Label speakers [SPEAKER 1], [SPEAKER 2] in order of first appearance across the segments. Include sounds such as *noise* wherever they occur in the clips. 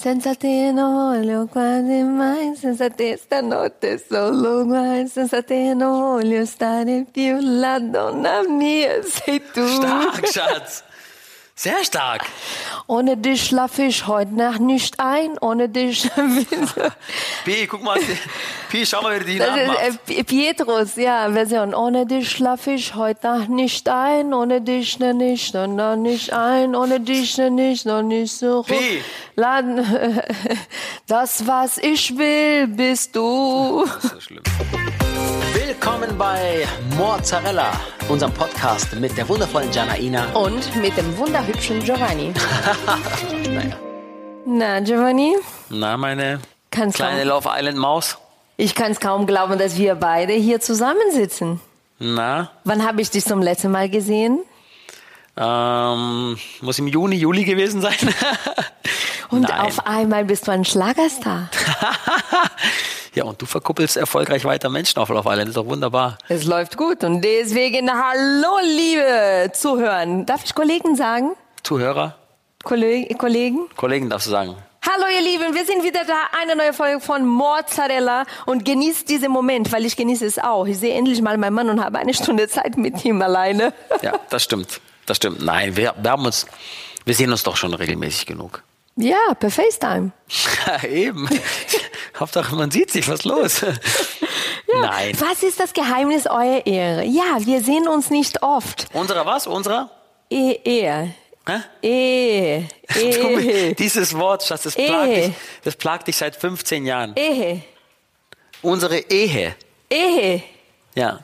[SPEAKER 1] Senza te non voglio quasi mai, senza te stanotte solo guai, senza te non voglio stare più, la donna mia sei du.
[SPEAKER 2] Stark,
[SPEAKER 1] Oh.
[SPEAKER 2] Schatz. Sehr stark.
[SPEAKER 1] Ohne dich schlafe ich heute Nacht nicht ein, ohne dich. *laughs*
[SPEAKER 2] Pi, guck mal. Pi, schau mal, wer *laughs* die
[SPEAKER 1] Das
[SPEAKER 2] nachmacht.
[SPEAKER 1] ist, äh, Pietrus, ja, Version. Ohne dich schlafe ich heute Nacht nicht ein, ohne dich ne nicht, ne, ne nicht ein, ohne dich ne nicht, ne nicht so
[SPEAKER 2] Pi.
[SPEAKER 1] Laden, *laughs* das was ich will, bist du.
[SPEAKER 2] Das ist schlimm. Willkommen bei Mozzarella, unserem Podcast mit der wundervollen Janaina.
[SPEAKER 3] Und mit dem wunderhübschen Giovanni.
[SPEAKER 2] *laughs* Naja.
[SPEAKER 1] Na, Giovanni,
[SPEAKER 2] Na, meine
[SPEAKER 1] kannst
[SPEAKER 2] kleine
[SPEAKER 1] kaum,
[SPEAKER 2] Love Island Maus.
[SPEAKER 1] ich kann es kaum glauben, dass wir beide hier zusammensitzen.
[SPEAKER 2] Na,
[SPEAKER 1] Wann habe ich dich zum letzten Mal gesehen?
[SPEAKER 2] ähm, muss im Juni, Juli gewesen sein.
[SPEAKER 1] *laughs* Und
[SPEAKER 2] Nein.
[SPEAKER 1] auf einmal bist du ein Schlagerstar.
[SPEAKER 2] *laughs* ja, und du verkuppelst erfolgreich weiter Menschen auf Love Island. Ist doch wunderbar.
[SPEAKER 1] Es läuft gut und deswegen hallo liebe Zuhören. Darf ich Kollegen sagen?
[SPEAKER 2] Zuhörer,
[SPEAKER 1] Kolleg Kollegen?
[SPEAKER 2] Kollegen darfst du sagen.
[SPEAKER 1] Hallo ihr Lieben, wir sind wieder da, eine neue Folge von Mozzarella und genießt diesen Moment, weil ich genieße es auch. Ich sehe endlich mal meinen Mann und habe eine Stunde Zeit mit ihm alleine.
[SPEAKER 2] Ja, das stimmt. Das stimmt. Nein, wir, wir haben uns, wir sehen uns doch schon regelmäßig genug. *laughs*
[SPEAKER 1] Ja, per FaceTime.
[SPEAKER 2] Ja, eben. *laughs* Hauptsache, man sieht sich, was
[SPEAKER 1] *laughs*
[SPEAKER 2] ist los? Nein.
[SPEAKER 1] Was ist das Geheimnis eurer Ehre? Ja, wir sehen uns nicht oft.
[SPEAKER 2] Unserer was? Unserer?
[SPEAKER 1] Eh, eh.
[SPEAKER 2] Hä?
[SPEAKER 1] Eh,
[SPEAKER 2] *laughs*
[SPEAKER 1] eh.
[SPEAKER 2] Dieses Wort, Schatz, das
[SPEAKER 1] Ehe.
[SPEAKER 2] plagt, dich, das plagt dich seit 15 Jahren.
[SPEAKER 1] Eh,
[SPEAKER 2] Unsere Ehe.
[SPEAKER 1] eh.
[SPEAKER 2] Ja.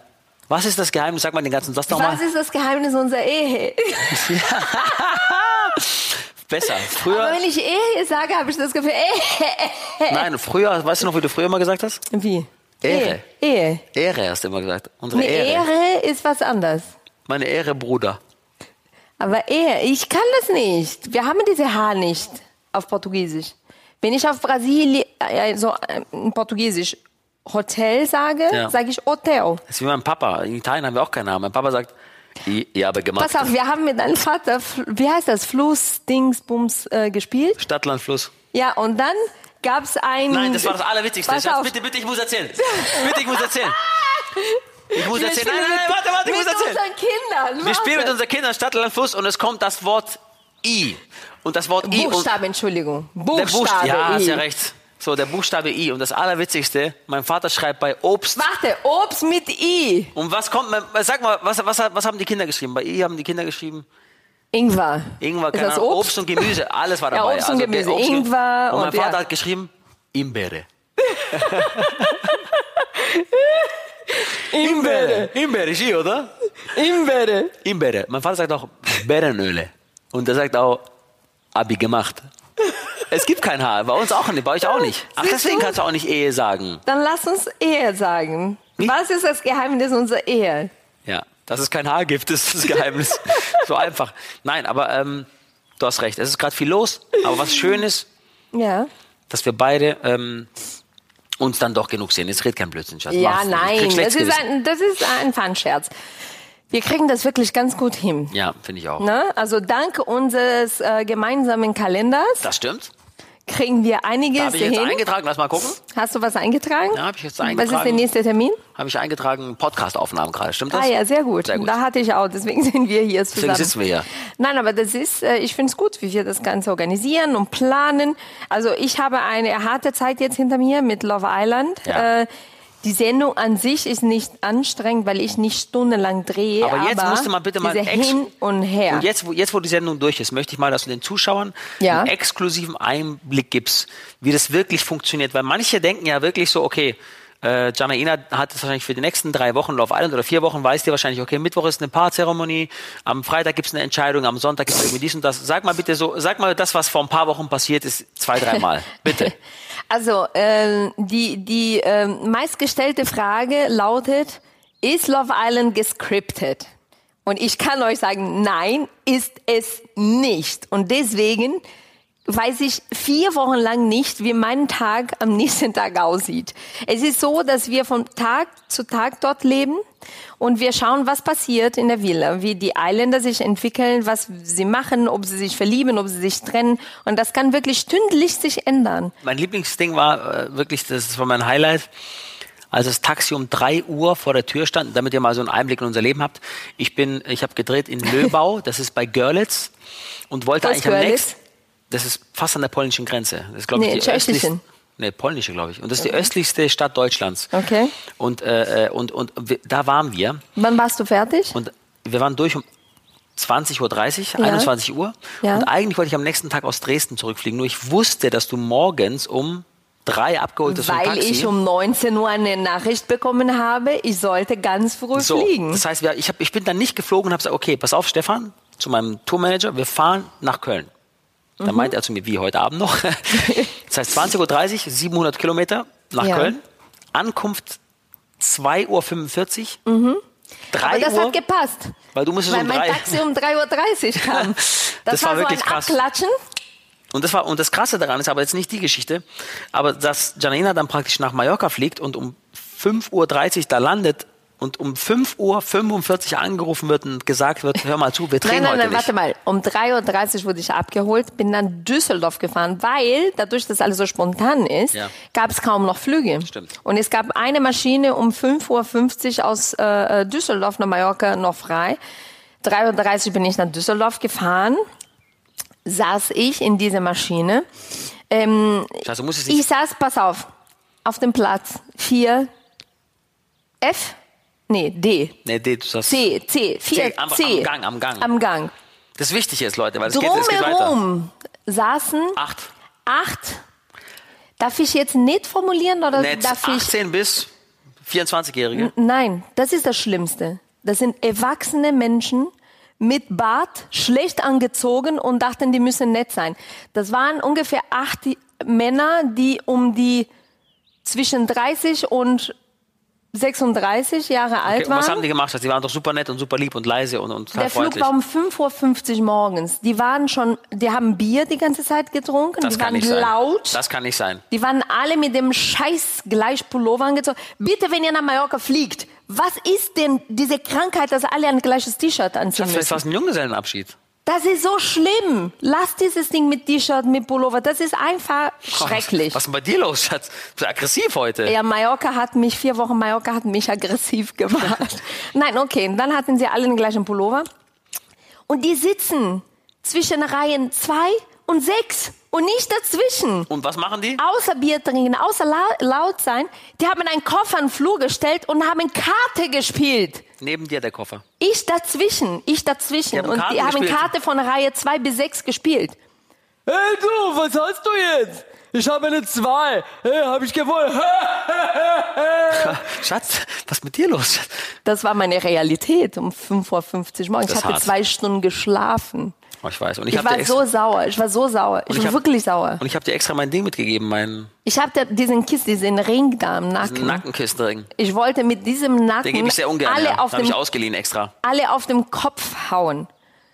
[SPEAKER 2] Was ist das Geheimnis? Sag mal den ganzen
[SPEAKER 1] Was
[SPEAKER 2] Satz nochmal.
[SPEAKER 1] ist das Geheimnis unserer Ehe?
[SPEAKER 2] Besser.
[SPEAKER 1] Aber
[SPEAKER 2] Früher,
[SPEAKER 1] wenn ich Ehe sage, habe ich das Gefühl, eh.
[SPEAKER 2] nein, früher, weißt du noch, wie du früher immer gesagt hast?
[SPEAKER 1] Wie?
[SPEAKER 2] Ehre.
[SPEAKER 1] Ehe.
[SPEAKER 2] Ehre hast du immer gesagt. Unsere
[SPEAKER 1] E. Eine
[SPEAKER 2] Ehre.
[SPEAKER 1] Ehre ist was anderes.
[SPEAKER 2] Meine Ehre, Bruder.
[SPEAKER 1] Aber Ehe, ich kann das nicht. Wir haben diese H nicht auf Portugiesisch. Wenn ich auf Brasilien, also äh, in Portugiesisch Hotel sage,
[SPEAKER 2] Ja.
[SPEAKER 1] sage ich Hotel.
[SPEAKER 2] Das ist wie mein Papa. In Italien haben wir auch keinen Namen. Mein Papa sagt, ich, ich habe gemacht.
[SPEAKER 1] Pass auf, wir haben mit deinem Vater, Fl- wie heißt das, Fluss, Dings, Bums äh, gespielt.
[SPEAKER 2] Stadtlandfluss.
[SPEAKER 1] Ja, und dann gab's ein...
[SPEAKER 2] Nein, das war das Allerwitzigste.
[SPEAKER 1] Pass
[SPEAKER 2] Schatz,
[SPEAKER 1] auf.
[SPEAKER 2] bitte, bitte, ich muss erzählen. Bitte, ich
[SPEAKER 1] *laughs*
[SPEAKER 2] muss erzählen. Ich muss
[SPEAKER 1] Wir
[SPEAKER 2] erzählen.
[SPEAKER 1] spielen
[SPEAKER 2] Nein, nein, nein,
[SPEAKER 1] mit-
[SPEAKER 2] warte, warte, ich
[SPEAKER 1] mit
[SPEAKER 2] muss erzählen.
[SPEAKER 1] unseren Kindern.
[SPEAKER 2] Wir
[SPEAKER 1] warte.
[SPEAKER 2] spielen mit unseren Kindern Stadtlandfluss und es kommt das Wort I. Und das Wort I. Und
[SPEAKER 1] Buchstaben, Entschuldigung.
[SPEAKER 2] der
[SPEAKER 1] Buchstabe.
[SPEAKER 2] Buchstabe. Ja,
[SPEAKER 1] I.
[SPEAKER 2] hast ja recht. So, der Buchstabe I. Und das Allerwitzigste, mein Vater schreibt bei Obst.
[SPEAKER 1] Warte, Obst mit I.
[SPEAKER 2] Und was kommt, mein- sag mal, was, was, was haben die Kinder geschrieben? Bei I haben die Kinder geschrieben
[SPEAKER 1] Ingwer.
[SPEAKER 2] Ingwer,
[SPEAKER 1] Ist
[SPEAKER 2] keine
[SPEAKER 1] das
[SPEAKER 2] Ahnung,
[SPEAKER 1] Obst?
[SPEAKER 2] Obst und Gemüse, alles war
[SPEAKER 1] *laughs* Ja,
[SPEAKER 2] dabei. Also
[SPEAKER 1] Obst und Gemüse, Ingwer
[SPEAKER 2] Und mein
[SPEAKER 1] und
[SPEAKER 2] Vater
[SPEAKER 1] ja.
[SPEAKER 2] hat geschrieben, Himbeere.
[SPEAKER 1] Himbeere.
[SPEAKER 2] Himbeere, ist I, oder?
[SPEAKER 1] Himbeere.
[SPEAKER 2] Himbeere. Mein Vater sagt auch Beerenöle. Und er sagt auch Abi gemacht. Es gibt kein Haar. Bei uns auch nicht. Bei euch auch nicht. Ach,
[SPEAKER 1] Siehst
[SPEAKER 2] deswegen
[SPEAKER 1] du?
[SPEAKER 2] kannst du auch nicht Ehe sagen.
[SPEAKER 1] Dann lass uns Ehe sagen.
[SPEAKER 2] Wie?
[SPEAKER 1] Was ist das Geheimnis unserer Ehe?
[SPEAKER 2] Ja, dass es kein Haar gibt, ist
[SPEAKER 1] *laughs*
[SPEAKER 2] das Geheimnis. so einfach. Nein, aber ähm, du hast recht. Es ist gerade viel los. Aber was schön ist,
[SPEAKER 1] Ja.
[SPEAKER 2] dass wir beide ähm, uns dann doch genug sehen. Jetzt red kein Blödsinn, Schatz.
[SPEAKER 1] Ja,
[SPEAKER 2] Mach's nicht. Ich krieg
[SPEAKER 1] nein. Das
[SPEAKER 2] schlechtes
[SPEAKER 1] ist,
[SPEAKER 2] Gewissen.
[SPEAKER 1] ein, das ist ein Fanscherz. Wir kriegen das wirklich ganz gut hin.
[SPEAKER 2] Ja, finde ich auch.
[SPEAKER 1] Ne? Also dank unseres äh, gemeinsamen Kalenders
[SPEAKER 2] Das stimmt.
[SPEAKER 1] kriegen wir
[SPEAKER 2] Da
[SPEAKER 1] einiges
[SPEAKER 2] habe ich jetzt
[SPEAKER 1] hin.
[SPEAKER 2] eingetragen. Lass mal gucken.
[SPEAKER 1] Hast du was eingetragen?
[SPEAKER 2] Ja, habe ich jetzt
[SPEAKER 1] Was ist der
[SPEAKER 2] eingetragen.
[SPEAKER 1] nächste Termin?
[SPEAKER 2] Habe ich eingetragen, Podcast-Aufnahmen gerade. Stimmt das?
[SPEAKER 1] Ah ja, sehr gut.
[SPEAKER 2] Sehr gut.
[SPEAKER 1] Da hatte ich auch, deswegen *laughs* sind wir hier
[SPEAKER 2] Deswegen
[SPEAKER 1] zusammen.
[SPEAKER 2] sitzen wir hier.
[SPEAKER 1] Nein, aber das ist, äh, ich finde es gut, wie wir das Ganze organisieren und planen. Also ich habe eine harte Zeit jetzt hinter mir mit Love Island.
[SPEAKER 2] Ja.
[SPEAKER 1] Äh, die Sendung an sich ist nicht anstrengend, weil ich nicht stundenlang drehe.
[SPEAKER 2] Aber jetzt musst du mal bitte mal
[SPEAKER 1] diese
[SPEAKER 2] ex-
[SPEAKER 1] hin und her.
[SPEAKER 2] Und jetzt wo, jetzt, wo die Sendung durch ist, möchte ich mal, dass du den Zuschauern
[SPEAKER 1] Ja.
[SPEAKER 2] einen exklusiven Einblick gibst, wie das wirklich funktioniert. Weil manche denken ja wirklich so, okay, äh, Janaina hat es wahrscheinlich für die nächsten drei Wochen Love Island oder vier Wochen, weiß die wahrscheinlich, okay, Mittwoch ist eine Paarzeremonie, am Freitag gibt es eine Entscheidung, am Sonntag gibt es irgendwie dies und das. Sag mal bitte so, sag mal das, was vor ein paar Wochen passiert ist, zwei,
[SPEAKER 1] *laughs*
[SPEAKER 2] dreimal. Bitte.
[SPEAKER 1] Also ähm, die, die ähm, meistgestellte Frage lautet, ist Love Island gescriptet? Und ich kann euch sagen, nein, ist es nicht. Und deswegen weiß ich vier Wochen lang nicht, wie mein Tag am nächsten Tag aussieht. Es ist so, dass wir von Tag zu Tag dort leben und wir schauen, was passiert in der Villa, wie die Eiländer sich entwickeln, was sie machen, ob sie sich verlieben, ob sie sich trennen. Und das kann wirklich stündlich sich ändern.
[SPEAKER 2] Mein Lieblingsding war äh, wirklich, das war mein Highlight, als das Taxi um 3 Uhr vor der Tür stand, damit ihr mal so einen Einblick in unser Leben habt. Ich bin, ich habe gedreht
[SPEAKER 1] *laughs*
[SPEAKER 2] in Löbau, das ist bei Görlitz und wollte
[SPEAKER 1] Wo ist
[SPEAKER 2] eigentlich am
[SPEAKER 1] Görlitz?
[SPEAKER 2] nächsten, das ist fast an der polnischen Grenze. Das ist, glaube
[SPEAKER 1] Nee,
[SPEAKER 2] ich, die
[SPEAKER 1] tschechischen.
[SPEAKER 2] östlichste, nee, polnische, glaube ich. Und das ist die östlichste Stadt Deutschlands.
[SPEAKER 1] Okay.
[SPEAKER 2] Und, äh, äh, und, und wir, da waren wir
[SPEAKER 1] Wann warst du fertig?
[SPEAKER 2] und wir waren durch um 20.30 Uhr,
[SPEAKER 1] Ja.
[SPEAKER 2] 21 Uhr.
[SPEAKER 1] Ja.
[SPEAKER 2] Und eigentlich wollte ich am nächsten Tag aus Dresden zurückfliegen. Nur ich wusste, dass du morgens um drei abgeholt hast vom
[SPEAKER 1] Weil
[SPEAKER 2] Taxi.
[SPEAKER 1] ich um 19 Uhr eine Nachricht bekommen habe, ich sollte ganz früh
[SPEAKER 2] So,
[SPEAKER 1] fliegen.
[SPEAKER 2] das heißt, wir- ich, hab, ich bin dann nicht geflogen und habe gesagt, okay, pass auf, Stefan, zu meinem Tourmanager, wir fahren nach Köln. Dann
[SPEAKER 1] Mhm.
[SPEAKER 2] meinte er zu mir, wie heute
[SPEAKER 1] *laughs*
[SPEAKER 2] Abend noch. das heißt, 20.30 Uhr, 700 Kilometer nach
[SPEAKER 1] Ja.
[SPEAKER 2] Köln. Ankunft 2.45 Uhr. 3
[SPEAKER 1] Mhm. Aber das
[SPEAKER 2] Uhr,
[SPEAKER 1] hat gepasst.
[SPEAKER 2] weil du musstest
[SPEAKER 1] Weil
[SPEAKER 2] um
[SPEAKER 1] mein
[SPEAKER 2] 3
[SPEAKER 1] Taxi um 3.30
[SPEAKER 2] *laughs*
[SPEAKER 1] Uhr kam. Das,
[SPEAKER 2] Das
[SPEAKER 1] war,
[SPEAKER 2] war wirklich
[SPEAKER 1] so ein
[SPEAKER 2] krass.
[SPEAKER 1] Abklatschen.
[SPEAKER 2] Und das war und das Krasse daran ist aber jetzt nicht die Geschichte, aber dass Janina dann praktisch nach Mallorca fliegt und um 5.30 Uhr da landet und um 5.45 Uhr angerufen wird und gesagt wird, hör mal zu, wir
[SPEAKER 1] Nein,
[SPEAKER 2] drehen
[SPEAKER 1] nein,
[SPEAKER 2] heute
[SPEAKER 1] nein,
[SPEAKER 2] nicht.
[SPEAKER 1] warte mal. Um 3.30 Uhr wurde ich abgeholt, bin dann Düsseldorf gefahren, weil dadurch, dass alles so spontan ist,
[SPEAKER 2] Ja.
[SPEAKER 1] gab es kaum noch Flüge.
[SPEAKER 2] Stimmt.
[SPEAKER 1] Und es gab eine Maschine um 5.50 Uhr aus äh, äh, Düsseldorf nach Mallorca noch frei. 3.30 Uhr bin ich nach Düsseldorf gefahren, saß ich in dieser Maschine. Ähm,
[SPEAKER 2] Also muss es nicht.
[SPEAKER 1] ich saß, pass auf, auf dem Platz 4 F, nee, D,
[SPEAKER 2] nee, nee, du sagst,
[SPEAKER 1] C, C, 4
[SPEAKER 2] C, am-
[SPEAKER 1] C.
[SPEAKER 2] am Gang, am Gang.
[SPEAKER 1] Am Gang.
[SPEAKER 2] das ist wichtig jetzt, Leute, weil es geht, es geht weiter.
[SPEAKER 1] Drumherum saßen
[SPEAKER 2] Acht.
[SPEAKER 1] acht. Darf ich jetzt nicht formulieren oder
[SPEAKER 2] Netz,
[SPEAKER 1] Äh, darf ich? Hm,
[SPEAKER 2] 18 bis 24-Jährige.
[SPEAKER 1] Nein, das ist das Schlimmste. Das sind erwachsene Menschen mit Bart, schlecht angezogen und dachten, die müssen nett sein. Das waren ungefähr acht die- Männer, die um die zwischen 30 und 36 Jahre alt
[SPEAKER 2] Okay, und
[SPEAKER 1] waren.
[SPEAKER 2] was haben die gemacht? Die waren doch super nett und super lieb und leise und, und total
[SPEAKER 1] Der Flug
[SPEAKER 2] freundlich.
[SPEAKER 1] war um 5.50 Uhr morgens. Die waren schon, die haben Bier die ganze Zeit getrunken,
[SPEAKER 2] das
[SPEAKER 1] die
[SPEAKER 2] kann
[SPEAKER 1] waren
[SPEAKER 2] nicht sein.
[SPEAKER 1] laut.
[SPEAKER 2] Das kann nicht sein.
[SPEAKER 1] Die waren alle mit dem scheiß gleich Pullover angezogen. Bitte, wenn ihr nach Mallorca fliegt, was ist denn diese Krankheit, dass alle ein gleiches T-Shirt anziehen
[SPEAKER 2] Das ist
[SPEAKER 1] müssen?
[SPEAKER 2] fast ein Junggesellenabschied.
[SPEAKER 1] Das ist so schlimm. Lass dieses Ding mit T-Shirt, mit Pullover. Das ist einfach schrecklich.
[SPEAKER 2] Oh, Was ist denn bei dir los, Schatz? Bist du aggressiv heute?
[SPEAKER 1] Ja, Mallorca hat mich, vier Wochen Mallorca hat mich aggressiv
[SPEAKER 2] *laughs*
[SPEAKER 1] gemacht. Nein, okay, dann hatten sie alle den gleichen Pullover. Und die sitzen zwischen Reihen zwei und sechs und nicht dazwischen.
[SPEAKER 2] Und was machen die?
[SPEAKER 1] außer Bier trinken, außer la laut sein, die haben einen Koffer in den Flur gestellt und haben Karte gespielt.
[SPEAKER 2] Neben dir der Koffer.
[SPEAKER 1] Ich dazwischen, ich dazwischen.
[SPEAKER 2] Die haben
[SPEAKER 1] und die
[SPEAKER 2] Karten
[SPEAKER 1] haben
[SPEAKER 2] gespielt.
[SPEAKER 1] Karte von Reihe 2 bis 6 gespielt.
[SPEAKER 4] Hey du, was hast du jetzt? Ich habe eine 2. Hey, hab ich gewonnen. *laughs*
[SPEAKER 2] Schatz, was ist mit dir los?
[SPEAKER 1] Das war meine Realität um 5.50 Uhr morgens.
[SPEAKER 2] Das
[SPEAKER 1] Ich
[SPEAKER 2] ist
[SPEAKER 1] hatte
[SPEAKER 2] hart.
[SPEAKER 1] zwei Stunden geschlafen.
[SPEAKER 2] Oh, ich weiß. Und ich,
[SPEAKER 1] Ich
[SPEAKER 2] hab dir
[SPEAKER 1] war
[SPEAKER 2] extra,
[SPEAKER 1] so sauer, ich war so sauer. Ich,
[SPEAKER 2] ich
[SPEAKER 1] war
[SPEAKER 2] hab-
[SPEAKER 1] wirklich sauer.
[SPEAKER 2] und ich habe dir extra mein Ding mitgegeben, meinen
[SPEAKER 1] Ich habe diesen Kiss, diesen Ring da im Nacken.
[SPEAKER 2] Nackenkistenring.
[SPEAKER 1] Ich wollte mit diesem
[SPEAKER 2] Den
[SPEAKER 1] Nacken
[SPEAKER 2] gebe ich sehr ungern.
[SPEAKER 1] Mhm. alle
[SPEAKER 2] ja.
[SPEAKER 1] auf
[SPEAKER 2] habe
[SPEAKER 1] dem
[SPEAKER 2] ich ausgeliehen extra.
[SPEAKER 1] alle auf dem Kopf hauen.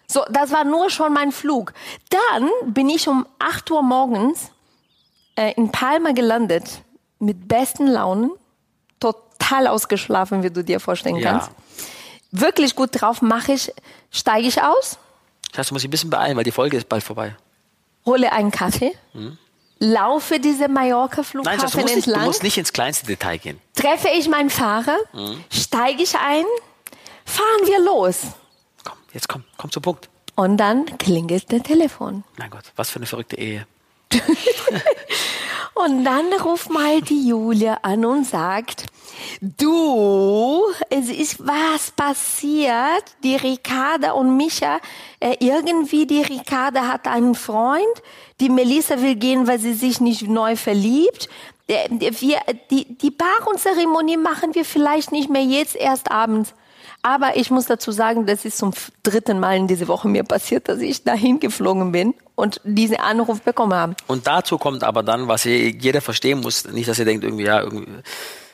[SPEAKER 1] So, das war nur schon mein Flug. Dann bin ich um 8 Uhr morgens äh, in Palma gelandet, mit besten Launen, total ausgeschlafen, wie du dir vorstellen
[SPEAKER 2] Ja.
[SPEAKER 1] kannst. Wirklich gut drauf, mache ich, steige ich aus,
[SPEAKER 2] Schatz, du musst dich ein bisschen beeilen, weil die Folge ist bald vorbei.
[SPEAKER 1] hole einen Kaffee, laufe diese
[SPEAKER 2] Hm. Nein, Schatz, du
[SPEAKER 1] Mallorca-Flughafen
[SPEAKER 2] musst, nicht, du
[SPEAKER 1] entlang.
[SPEAKER 2] musst Hm. nicht ins kleinste Detail gehen.
[SPEAKER 1] Treffe ich meinen Fahrer, steige ich ein, fahren wir los.
[SPEAKER 2] Komm, jetzt komm, komm zum Punkt.
[SPEAKER 1] Und dann klingelt der Telefon.
[SPEAKER 2] Mein Gott, was für eine verrückte Ehe.
[SPEAKER 1] Und dann ruft mal die Julia an und sagt, du, es ist was passiert, die Ricarda und Micha, äh, irgendwie die Ricarda hat einen Freund, die Melissa will gehen, weil sie sich nicht neu verliebt. Äh, Wir, die, die Bar und Zeremonie machen wir vielleicht nicht mehr jetzt erst abends. Aber ich muss dazu sagen, das ist zum f- dritten Mal in dieser Woche mir passiert, dass ich dahin geflogen bin und diesen Anruf bekommen habe.
[SPEAKER 2] Und dazu kommt aber dann, was
[SPEAKER 1] *laughs*
[SPEAKER 2] ihr- jeder verstehen muss, nicht, dass ihr denkt, irgendwie, ja, irgendwie,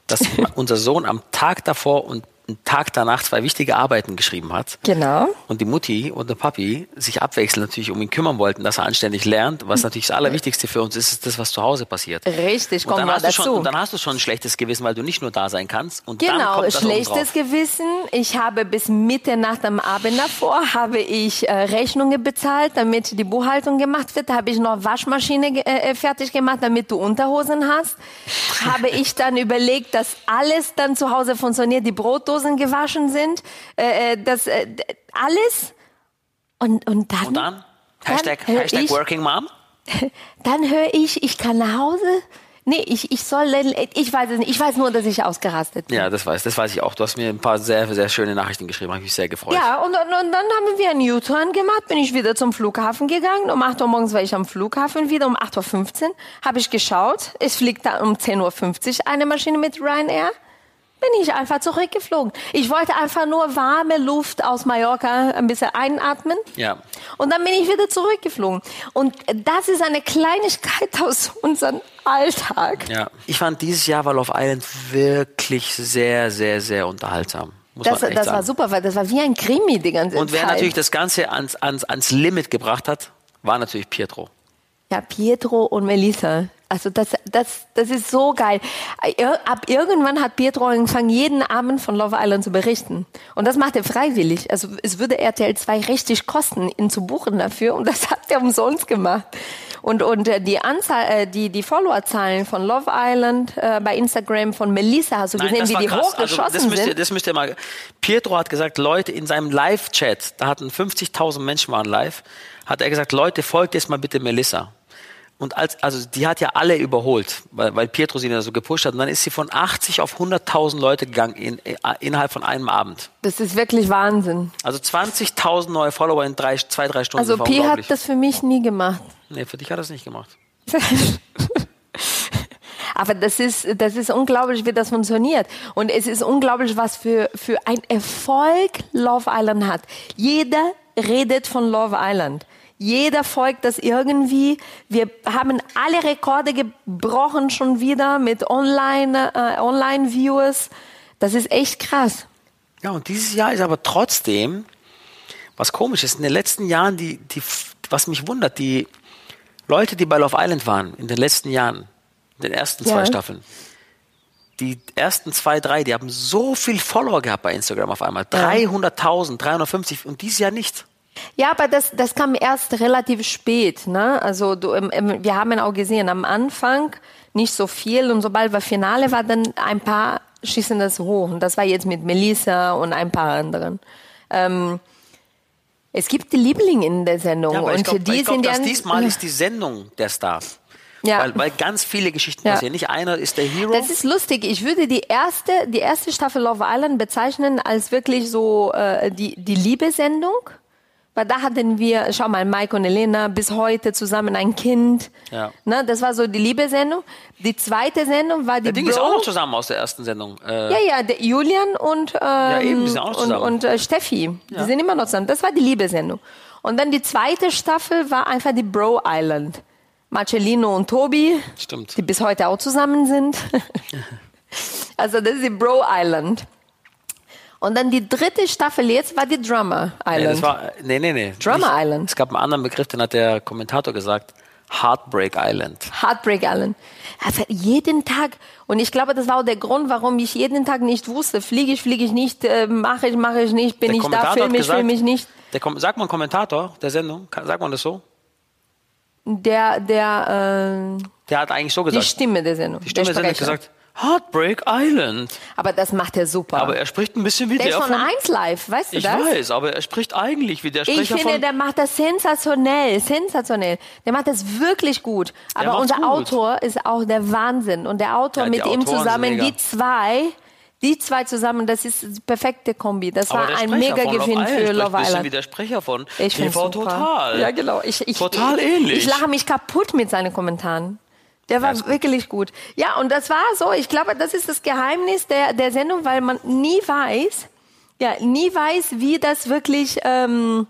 [SPEAKER 2] dass unser Sohn am Tag davor und einen Tag danach zwei wichtige Arbeiten geschrieben hat
[SPEAKER 1] Genau.
[SPEAKER 2] und die Mutti und der Papi sich abwechselnd natürlich um ihn kümmern wollten, dass er anständig lernt,
[SPEAKER 1] Mhm.
[SPEAKER 2] was natürlich das Allerwichtigste für uns ist, ist das, was zu Hause passiert.
[SPEAKER 3] Richtig,
[SPEAKER 2] Und
[SPEAKER 3] kommen
[SPEAKER 2] dann,
[SPEAKER 3] wir
[SPEAKER 2] hast du
[SPEAKER 3] dazu.
[SPEAKER 2] schon, und dann hast du schon ein schlechtes Gewissen, weil du nicht nur da sein kannst. Und dann
[SPEAKER 1] Genau,
[SPEAKER 2] kommt das
[SPEAKER 1] schlechtes
[SPEAKER 2] obendrauf.
[SPEAKER 1] Gewissen. Ich habe bis Mitternacht am Abend davor habe ich äh, Rechnungen bezahlt, damit die Buchhaltung gemacht wird. Habe ich noch Waschmaschine ge- äh, äh, fertig gemacht, damit du Unterhosen hast. habe ich dann überlegt, dass alles dann zu Hause funktioniert, die Brotdosen gewaschen sind, äh, äh, das äh, d- alles. Und und dann
[SPEAKER 2] Und dann?
[SPEAKER 1] Dann
[SPEAKER 2] Hashtag,
[SPEAKER 1] höre
[SPEAKER 2] Hashtag
[SPEAKER 1] ich-
[SPEAKER 2] Working Mom.
[SPEAKER 1] dann höre ich, ich kann nach Hause. Nee, ich ich soll ich weiß es nicht. Ich weiß nur, dass ich ausgerastet bin.
[SPEAKER 2] Ja, das weiß, das weiß ich auch. Du hast mir ein paar sehr, sehr schöne Nachrichten geschrieben, habe ich mich sehr gefreut.
[SPEAKER 1] Ja, und, und, und dann haben wir einen U-Turn gemacht, bin ich wieder zum Flughafen gegangen. Um 8 Uhr morgens war ich am Flughafen wieder, um 8.15 Uhr habe ich geschaut. Es fliegt da um 10.50 Uhr eine Maschine mit Ryanair. Bin ich einfach zurückgeflogen. Ich wollte einfach nur warme Luft aus Mallorca ein bisschen einatmen.
[SPEAKER 2] Ja.
[SPEAKER 1] Und dann bin ich wieder zurückgeflogen. Und das ist eine Kleinigkeit *laughs* aus unserem Alltag.
[SPEAKER 2] Ja. Ich fand dieses Jahr war Love Island wirklich sehr, sehr, sehr unterhaltsam. Muss
[SPEAKER 1] Das,
[SPEAKER 2] man echt
[SPEAKER 1] das
[SPEAKER 2] sagen.
[SPEAKER 1] war super, weil das war wie ein Krimi die ganze
[SPEAKER 2] Und wer
[SPEAKER 1] Zeit.
[SPEAKER 2] natürlich das Ganze ans, ans, ans Limit gebracht hat, war natürlich Pietro.
[SPEAKER 1] Ja, Pietro und Melissa. Also das, das, das ist so geil. Ir- Ab irgendwann hat Pietro angefangen, jeden Abend von Love Island zu berichten. Und das macht er freiwillig. Also es würde RTL 2 richtig kosten, ihn zu buchen dafür. Und das hat er umsonst gemacht. Und, und äh, die Anzahl, äh, die, die Followerzahlen von Love Island äh, bei Instagram von Melissa, hast du gesehen, wie die hochgeschossen
[SPEAKER 2] das müsst ihr,
[SPEAKER 1] sind?
[SPEAKER 2] das müsst ihr mal. Pietro hat gesagt, Leute, in seinem Live-Chat, da hatten 50.000 Menschen waren live, hat er gesagt, Leute, folgt jetzt mal bitte Melissa. Und als, also die hat ja alle überholt, weil, weil Pietro sie da so gepusht hat. Und dann ist sie von 80 auf 100.000 Leute gegangen in, in, innerhalb von einem Abend.
[SPEAKER 1] Das ist wirklich Wahnsinn.
[SPEAKER 2] Also 20.000 neue Follower in drei, zwei, drei Stunden.
[SPEAKER 1] Also
[SPEAKER 2] Das war
[SPEAKER 1] P hat
[SPEAKER 2] unglaublich.
[SPEAKER 1] das für mich nie gemacht.
[SPEAKER 2] Nee, für dich hat er es nicht gemacht.
[SPEAKER 1] *laughs* Aber das ist, das ist unglaublich, wie das funktioniert. Und es ist unglaublich, was für, für ein Erfolg Love Island hat. Jeder redet von Love Island. Jeder folgt das irgendwie. Wir haben alle Rekorde gebrochen schon wieder mit Online, äh, Online-Viewers. Das ist echt krass.
[SPEAKER 2] Ja, und dieses Jahr ist aber trotzdem was komisches. In den letzten Jahren, die, die, was mich wundert, die Leute, die bei Love Island waren, in den letzten Jahren, in den ersten
[SPEAKER 1] Ja.
[SPEAKER 2] zwei Staffeln, die ersten zwei, drei, die haben so viel Follower gehabt bei Instagram auf einmal. 300.000, 350 und dieses Jahr nicht.
[SPEAKER 1] Ja, aber das, das kam erst relativ spät. Ne? Also du, ähm, ähm, wir haben auch gesehen, am Anfang nicht so viel und sobald wir Finale war, dann ein paar schießen das hoch. Und das war jetzt mit Melissa und ein paar anderen. Ähm, es gibt die Lieblinge in der Sendung
[SPEAKER 2] Ja, aber
[SPEAKER 1] Oh, und
[SPEAKER 2] ich glaube,
[SPEAKER 1] die
[SPEAKER 2] glaub,
[SPEAKER 1] sind
[SPEAKER 2] dass
[SPEAKER 1] ja-
[SPEAKER 2] diesmal ist die Sendung der Stars.
[SPEAKER 1] Ja.
[SPEAKER 2] Weil, weil ganz viele Geschichten
[SPEAKER 1] Ja.
[SPEAKER 2] passieren. Nicht einer ist der Hero.
[SPEAKER 1] Das ist lustig. Ich würde die erste, die erste Staffel Love Island bezeichnen als wirklich so äh, die, die Liebesendung. Weil da hatten wir, schau mal, Mike und Elena bis heute zusammen ein Kind.
[SPEAKER 2] Ja.
[SPEAKER 1] Ne, das war so die Liebesendung. Die zweite Sendung war die
[SPEAKER 2] der Ding
[SPEAKER 1] Bro.
[SPEAKER 2] ist auch noch zusammen aus der ersten Sendung. Äh,
[SPEAKER 1] ja, ja, der Julian und, ähm,
[SPEAKER 2] eben, die sind auch noch
[SPEAKER 1] und,
[SPEAKER 2] zusammen.
[SPEAKER 1] und äh, Steffi. Die sind immer noch zusammen. Das war die Liebesendung. Und dann die zweite Staffel war einfach die Bro Island. Marcellino und Tobi
[SPEAKER 2] Stimmt.
[SPEAKER 1] die bis heute auch zusammen sind.
[SPEAKER 2] *laughs*
[SPEAKER 1] also das ist die Bro Island. Und dann die dritte Staffel jetzt war die Drummer Island.
[SPEAKER 2] Nee, das war, nee, nee, nee.
[SPEAKER 1] Drummer
[SPEAKER 2] Nicht-
[SPEAKER 1] Island.
[SPEAKER 2] Es gab einen anderen Begriff, den hat der Kommentator gesagt. Heartbreak Island.
[SPEAKER 1] Heartbreak Island. Also jeden Tag. Und ich glaube, das war auch der Grund, warum ich jeden Tag nicht wusste, fliege ich, fliege ich nicht, äh, mache ich, mache ich nicht, bin
[SPEAKER 2] der
[SPEAKER 1] ich da, filme ich, filme ich nicht.
[SPEAKER 2] Der Kom sagt man Kommentator der Sendung, kann, sagt man das so?
[SPEAKER 1] Der, der, äh,
[SPEAKER 2] Der hat eigentlich so
[SPEAKER 1] die
[SPEAKER 2] gesagt.
[SPEAKER 1] Stimme der Sendung.
[SPEAKER 2] Die Stimme der Sendung hat
[SPEAKER 1] Sprecher.
[SPEAKER 2] gesagt, Heartbreak Island.
[SPEAKER 1] Aber das macht er super.
[SPEAKER 2] Aber er spricht ein bisschen wie
[SPEAKER 1] der
[SPEAKER 2] der,
[SPEAKER 1] ist von
[SPEAKER 2] von
[SPEAKER 1] 1 Live, weißt du
[SPEAKER 2] Ich
[SPEAKER 1] das?
[SPEAKER 2] weiß, aber er spricht eigentlich wie der Sprecher
[SPEAKER 1] Ich finde,
[SPEAKER 2] von
[SPEAKER 1] der macht das sensationell, sensationell. Der macht das wirklich gut. Aber
[SPEAKER 2] macht's
[SPEAKER 1] unser
[SPEAKER 2] gut.
[SPEAKER 1] Autor ist auch der Wahnsinn. Und der Autor
[SPEAKER 2] Ja, die
[SPEAKER 1] mit ihm
[SPEAKER 2] Autoren sind
[SPEAKER 1] zusammen,
[SPEAKER 2] mega.
[SPEAKER 1] die zwei, die zwei zusammen, das ist die perfekte Kombi. Das
[SPEAKER 2] aber
[SPEAKER 1] war
[SPEAKER 2] der
[SPEAKER 1] ein
[SPEAKER 2] Sprecher
[SPEAKER 1] mega
[SPEAKER 2] von Love
[SPEAKER 1] Gewinn
[SPEAKER 2] Island
[SPEAKER 1] für
[SPEAKER 2] spricht
[SPEAKER 1] Love
[SPEAKER 2] ein bisschen wie
[SPEAKER 1] Island.
[SPEAKER 2] der Sprecher von
[SPEAKER 1] Ich finde
[SPEAKER 2] TV Total.
[SPEAKER 1] Ja, genau. Ich, ich,
[SPEAKER 2] Total
[SPEAKER 1] ich,
[SPEAKER 2] ähnlich.
[SPEAKER 1] Ich lache mich kaputt mit seinen Kommentaren. Der war
[SPEAKER 2] ist gut.
[SPEAKER 1] wirklich gut. Ja, und das war so. Ich glaube, das ist das Geheimnis der, der Sendung, weil man nie weiß, ja, nie weiß, wie das wirklich, ähm,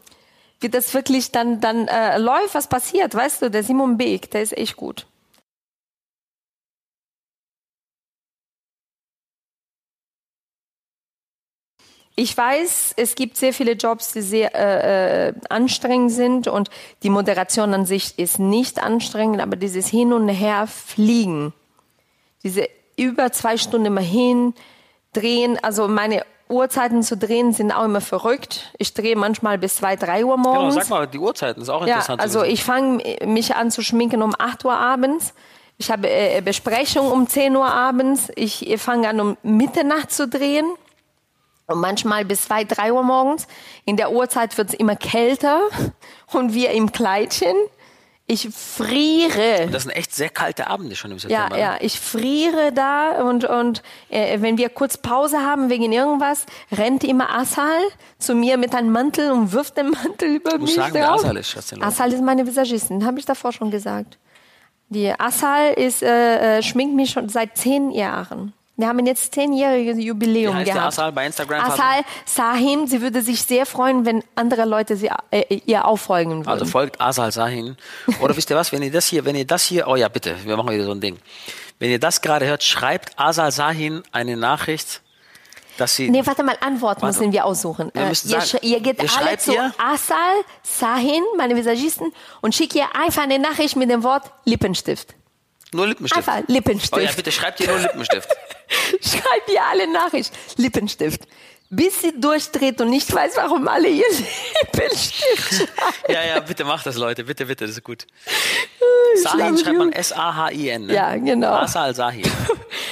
[SPEAKER 1] wie das wirklich dann, dann äh, läuft, was passiert. Weißt du, der Simon Beek, der ist echt gut. Ich weiß, es gibt sehr viele Jobs, die sehr äh, äh, anstrengend sind und die Moderation an sich ist nicht anstrengend, aber dieses Hin und Her fliegen, diese über zwei Stunden immer hin, drehen, also meine Uhrzeiten zu drehen sind auch immer verrückt. Ich drehe manchmal bis zwei, drei Uhr
[SPEAKER 2] Genau,
[SPEAKER 1] morgens.
[SPEAKER 2] sag mal, die Uhrzeiten ist auch
[SPEAKER 1] Ja,
[SPEAKER 2] interessant. zu
[SPEAKER 1] also
[SPEAKER 2] wissen.
[SPEAKER 1] ich fange mich an zu schminken um 8 Uhr abends. Ich habe äh, Besprechung um 10 Uhr abends. Ich fange an, um Mitternacht zu drehen. Und manchmal bis 2, 3 Uhr morgens. In der Uhrzeit wird es immer kälter. *laughs* Und wir im Kleidchen. Ich friere.
[SPEAKER 2] das sind echt sehr kalte Abende schon im September. ne?
[SPEAKER 1] Ja, ja, ich friere da und, und äh, wenn wir kurz Pause haben wegen irgendwas, rennt immer Asal zu mir mit einem Mantel und wirft den Mantel über
[SPEAKER 2] muss
[SPEAKER 1] mich
[SPEAKER 2] sagen, wer
[SPEAKER 1] drauf.
[SPEAKER 2] Asal ist, Schätzchen, Leute.
[SPEAKER 1] Asal ist meine Visagistin, habe ich davor schon gesagt. Die Asal ist, äh, äh, schminkt mich schon seit zehn Jahren. Wir haben jetzt zehnjähriges Jubiläum
[SPEAKER 2] Wie heißt der
[SPEAKER 1] gehabt.
[SPEAKER 2] Asal bei Instagram?
[SPEAKER 1] Asal Sahim, sie würde sich sehr freuen, wenn andere Leute sie, äh, ihr auffolgen würden.
[SPEAKER 2] Also folgt Asal Sahin. Oder wisst ihr was, wenn ihr das hier, wenn ihr das hier, oh ja, bitte, wir machen wieder so ein Ding. Wenn ihr das gerade hört, schreibt Asal Sahin eine Nachricht, dass sie,
[SPEAKER 1] Nee, warte mal, Antwort
[SPEAKER 2] Warte.
[SPEAKER 1] müssen wir aussuchen.
[SPEAKER 2] Wir
[SPEAKER 1] Äh,
[SPEAKER 2] müssen
[SPEAKER 1] ihr,
[SPEAKER 2] sagen,
[SPEAKER 1] sch- ihr geht
[SPEAKER 2] ihr
[SPEAKER 1] alle
[SPEAKER 2] schreibt
[SPEAKER 1] zu
[SPEAKER 2] ihr?
[SPEAKER 1] Asal, Sahin, meine Visagisten, und schickt ihr einfach eine Nachricht mit dem Wort Lippenstift.
[SPEAKER 2] nur Lippenstift.
[SPEAKER 1] Einfach
[SPEAKER 2] Oh ja,
[SPEAKER 1] Lippenstift.
[SPEAKER 2] bitte schreibt ihr
[SPEAKER 1] *laughs*
[SPEAKER 2] nur Lippenstift.
[SPEAKER 1] Schreibt ihr alle Nachricht. Lippenstift. Bis sie durchdreht und nicht weiß, warum alle ihr *laughs* Lippenstift schreiben.
[SPEAKER 2] ja, ja, bitte macht das, Leute, bitte, bitte, das ist gut.
[SPEAKER 1] glaube,
[SPEAKER 2] Sahin schreibt man
[SPEAKER 1] du-
[SPEAKER 2] S-A-H-I-N. Ne?
[SPEAKER 1] Ja, genau. *laughs*
[SPEAKER 2] Asal Sahin.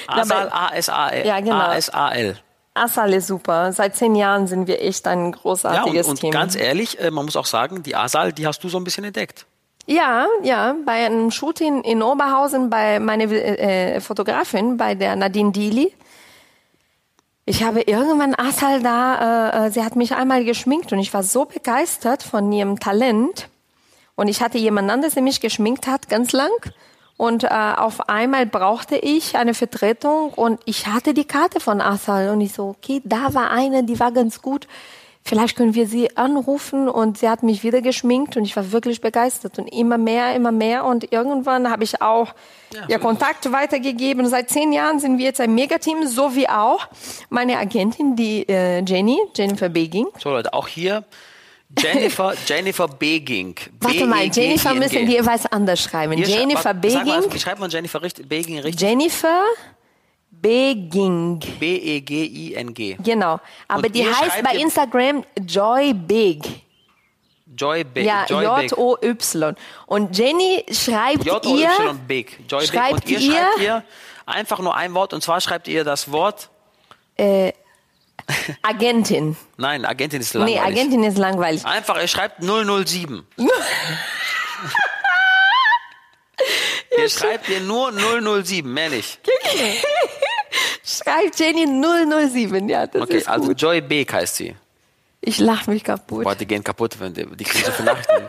[SPEAKER 1] Na,
[SPEAKER 2] Asal
[SPEAKER 1] aber-
[SPEAKER 2] A-S-A-L.
[SPEAKER 1] Ja, genau.
[SPEAKER 2] A-S-A-L.
[SPEAKER 1] Asal ist super. Seit zehn Jahren sind wir echt ein
[SPEAKER 2] Ja, und,
[SPEAKER 1] großartiges
[SPEAKER 2] und
[SPEAKER 1] Team.
[SPEAKER 2] ganz ehrlich, äh, man muss auch sagen, die Asal, die hast du so ein bisschen entdeckt.
[SPEAKER 1] Ja, ja, bei einem Shooting in Oberhausen bei meiner äh, Fotografin, bei der Nadine Dili. Ich habe irgendwann Asal da, äh, äh, sie hat mich einmal geschminkt und ich war so begeistert von ihrem Talent. Und ich hatte jemand anderes, der mich geschminkt hat, ganz lang. Und äh, auf einmal brauchte ich eine Vertretung und ich hatte die Karte von Asal. Und ich so, okay, da war eine, die war ganz gut. Vielleicht können wir sie anrufen. Und sie hat mich wieder geschminkt und ich war wirklich begeistert. Und immer mehr, immer mehr. Und irgendwann habe ich auch ihr Kontakt weitergegeben. Seit zehn Jahren sind wir jetzt ein Megateam, so wie auch meine Agentin, die äh, Jenny, Jennifer Beging.
[SPEAKER 2] So, Leute, auch hier
[SPEAKER 1] *laughs*
[SPEAKER 2] Jennifer, Jennifer Beging.
[SPEAKER 1] Warte mal,
[SPEAKER 2] B-E-G-I-N-G.
[SPEAKER 1] Jennifer müssen wir was anders schreiben.
[SPEAKER 2] Ihr schreibt-
[SPEAKER 1] Jennifer
[SPEAKER 2] warte, sag mal,
[SPEAKER 1] Beging.
[SPEAKER 2] Wie schreibt man Jennifer richtig? Beging richtig?
[SPEAKER 1] Jennifer Beging.
[SPEAKER 2] E B-E-G-I-N-G.
[SPEAKER 1] Genau. Aber
[SPEAKER 2] Und
[SPEAKER 1] die
[SPEAKER 2] ihr
[SPEAKER 1] heißt
[SPEAKER 2] schreibt
[SPEAKER 1] bei
[SPEAKER 2] ihr-
[SPEAKER 1] Instagram Joy Big.
[SPEAKER 2] Joy Big.
[SPEAKER 1] Ja,
[SPEAKER 2] Joy Big.
[SPEAKER 1] J-O-Y. Und Jenny schreibt
[SPEAKER 2] J-O-Y
[SPEAKER 1] ihr.
[SPEAKER 2] Big. Joy Big.
[SPEAKER 1] schreibt
[SPEAKER 2] Und ihr,
[SPEAKER 1] ihr-
[SPEAKER 2] schreibt ihr einfach nur ein Wort und zwar schreibt ihr das Wort.
[SPEAKER 1] Agentin.
[SPEAKER 2] Nein, Agentin ist langweilig. Ah.
[SPEAKER 1] Nee, Agentin ist langweilig.
[SPEAKER 2] Einfach, ihr schreibt
[SPEAKER 1] *laughs*
[SPEAKER 2] 007. ihr schreibt ihr nur 007, mehr nicht.
[SPEAKER 1] Schreibt Jenny 007. Ja, das
[SPEAKER 2] Okay,
[SPEAKER 1] ist
[SPEAKER 2] also
[SPEAKER 1] gut.
[SPEAKER 2] Joy Big heißt sie.
[SPEAKER 1] Ich lache mich kaputt.
[SPEAKER 2] Boah, die gehen kaputt, wenn die, die kriegen so viele Nachrichten.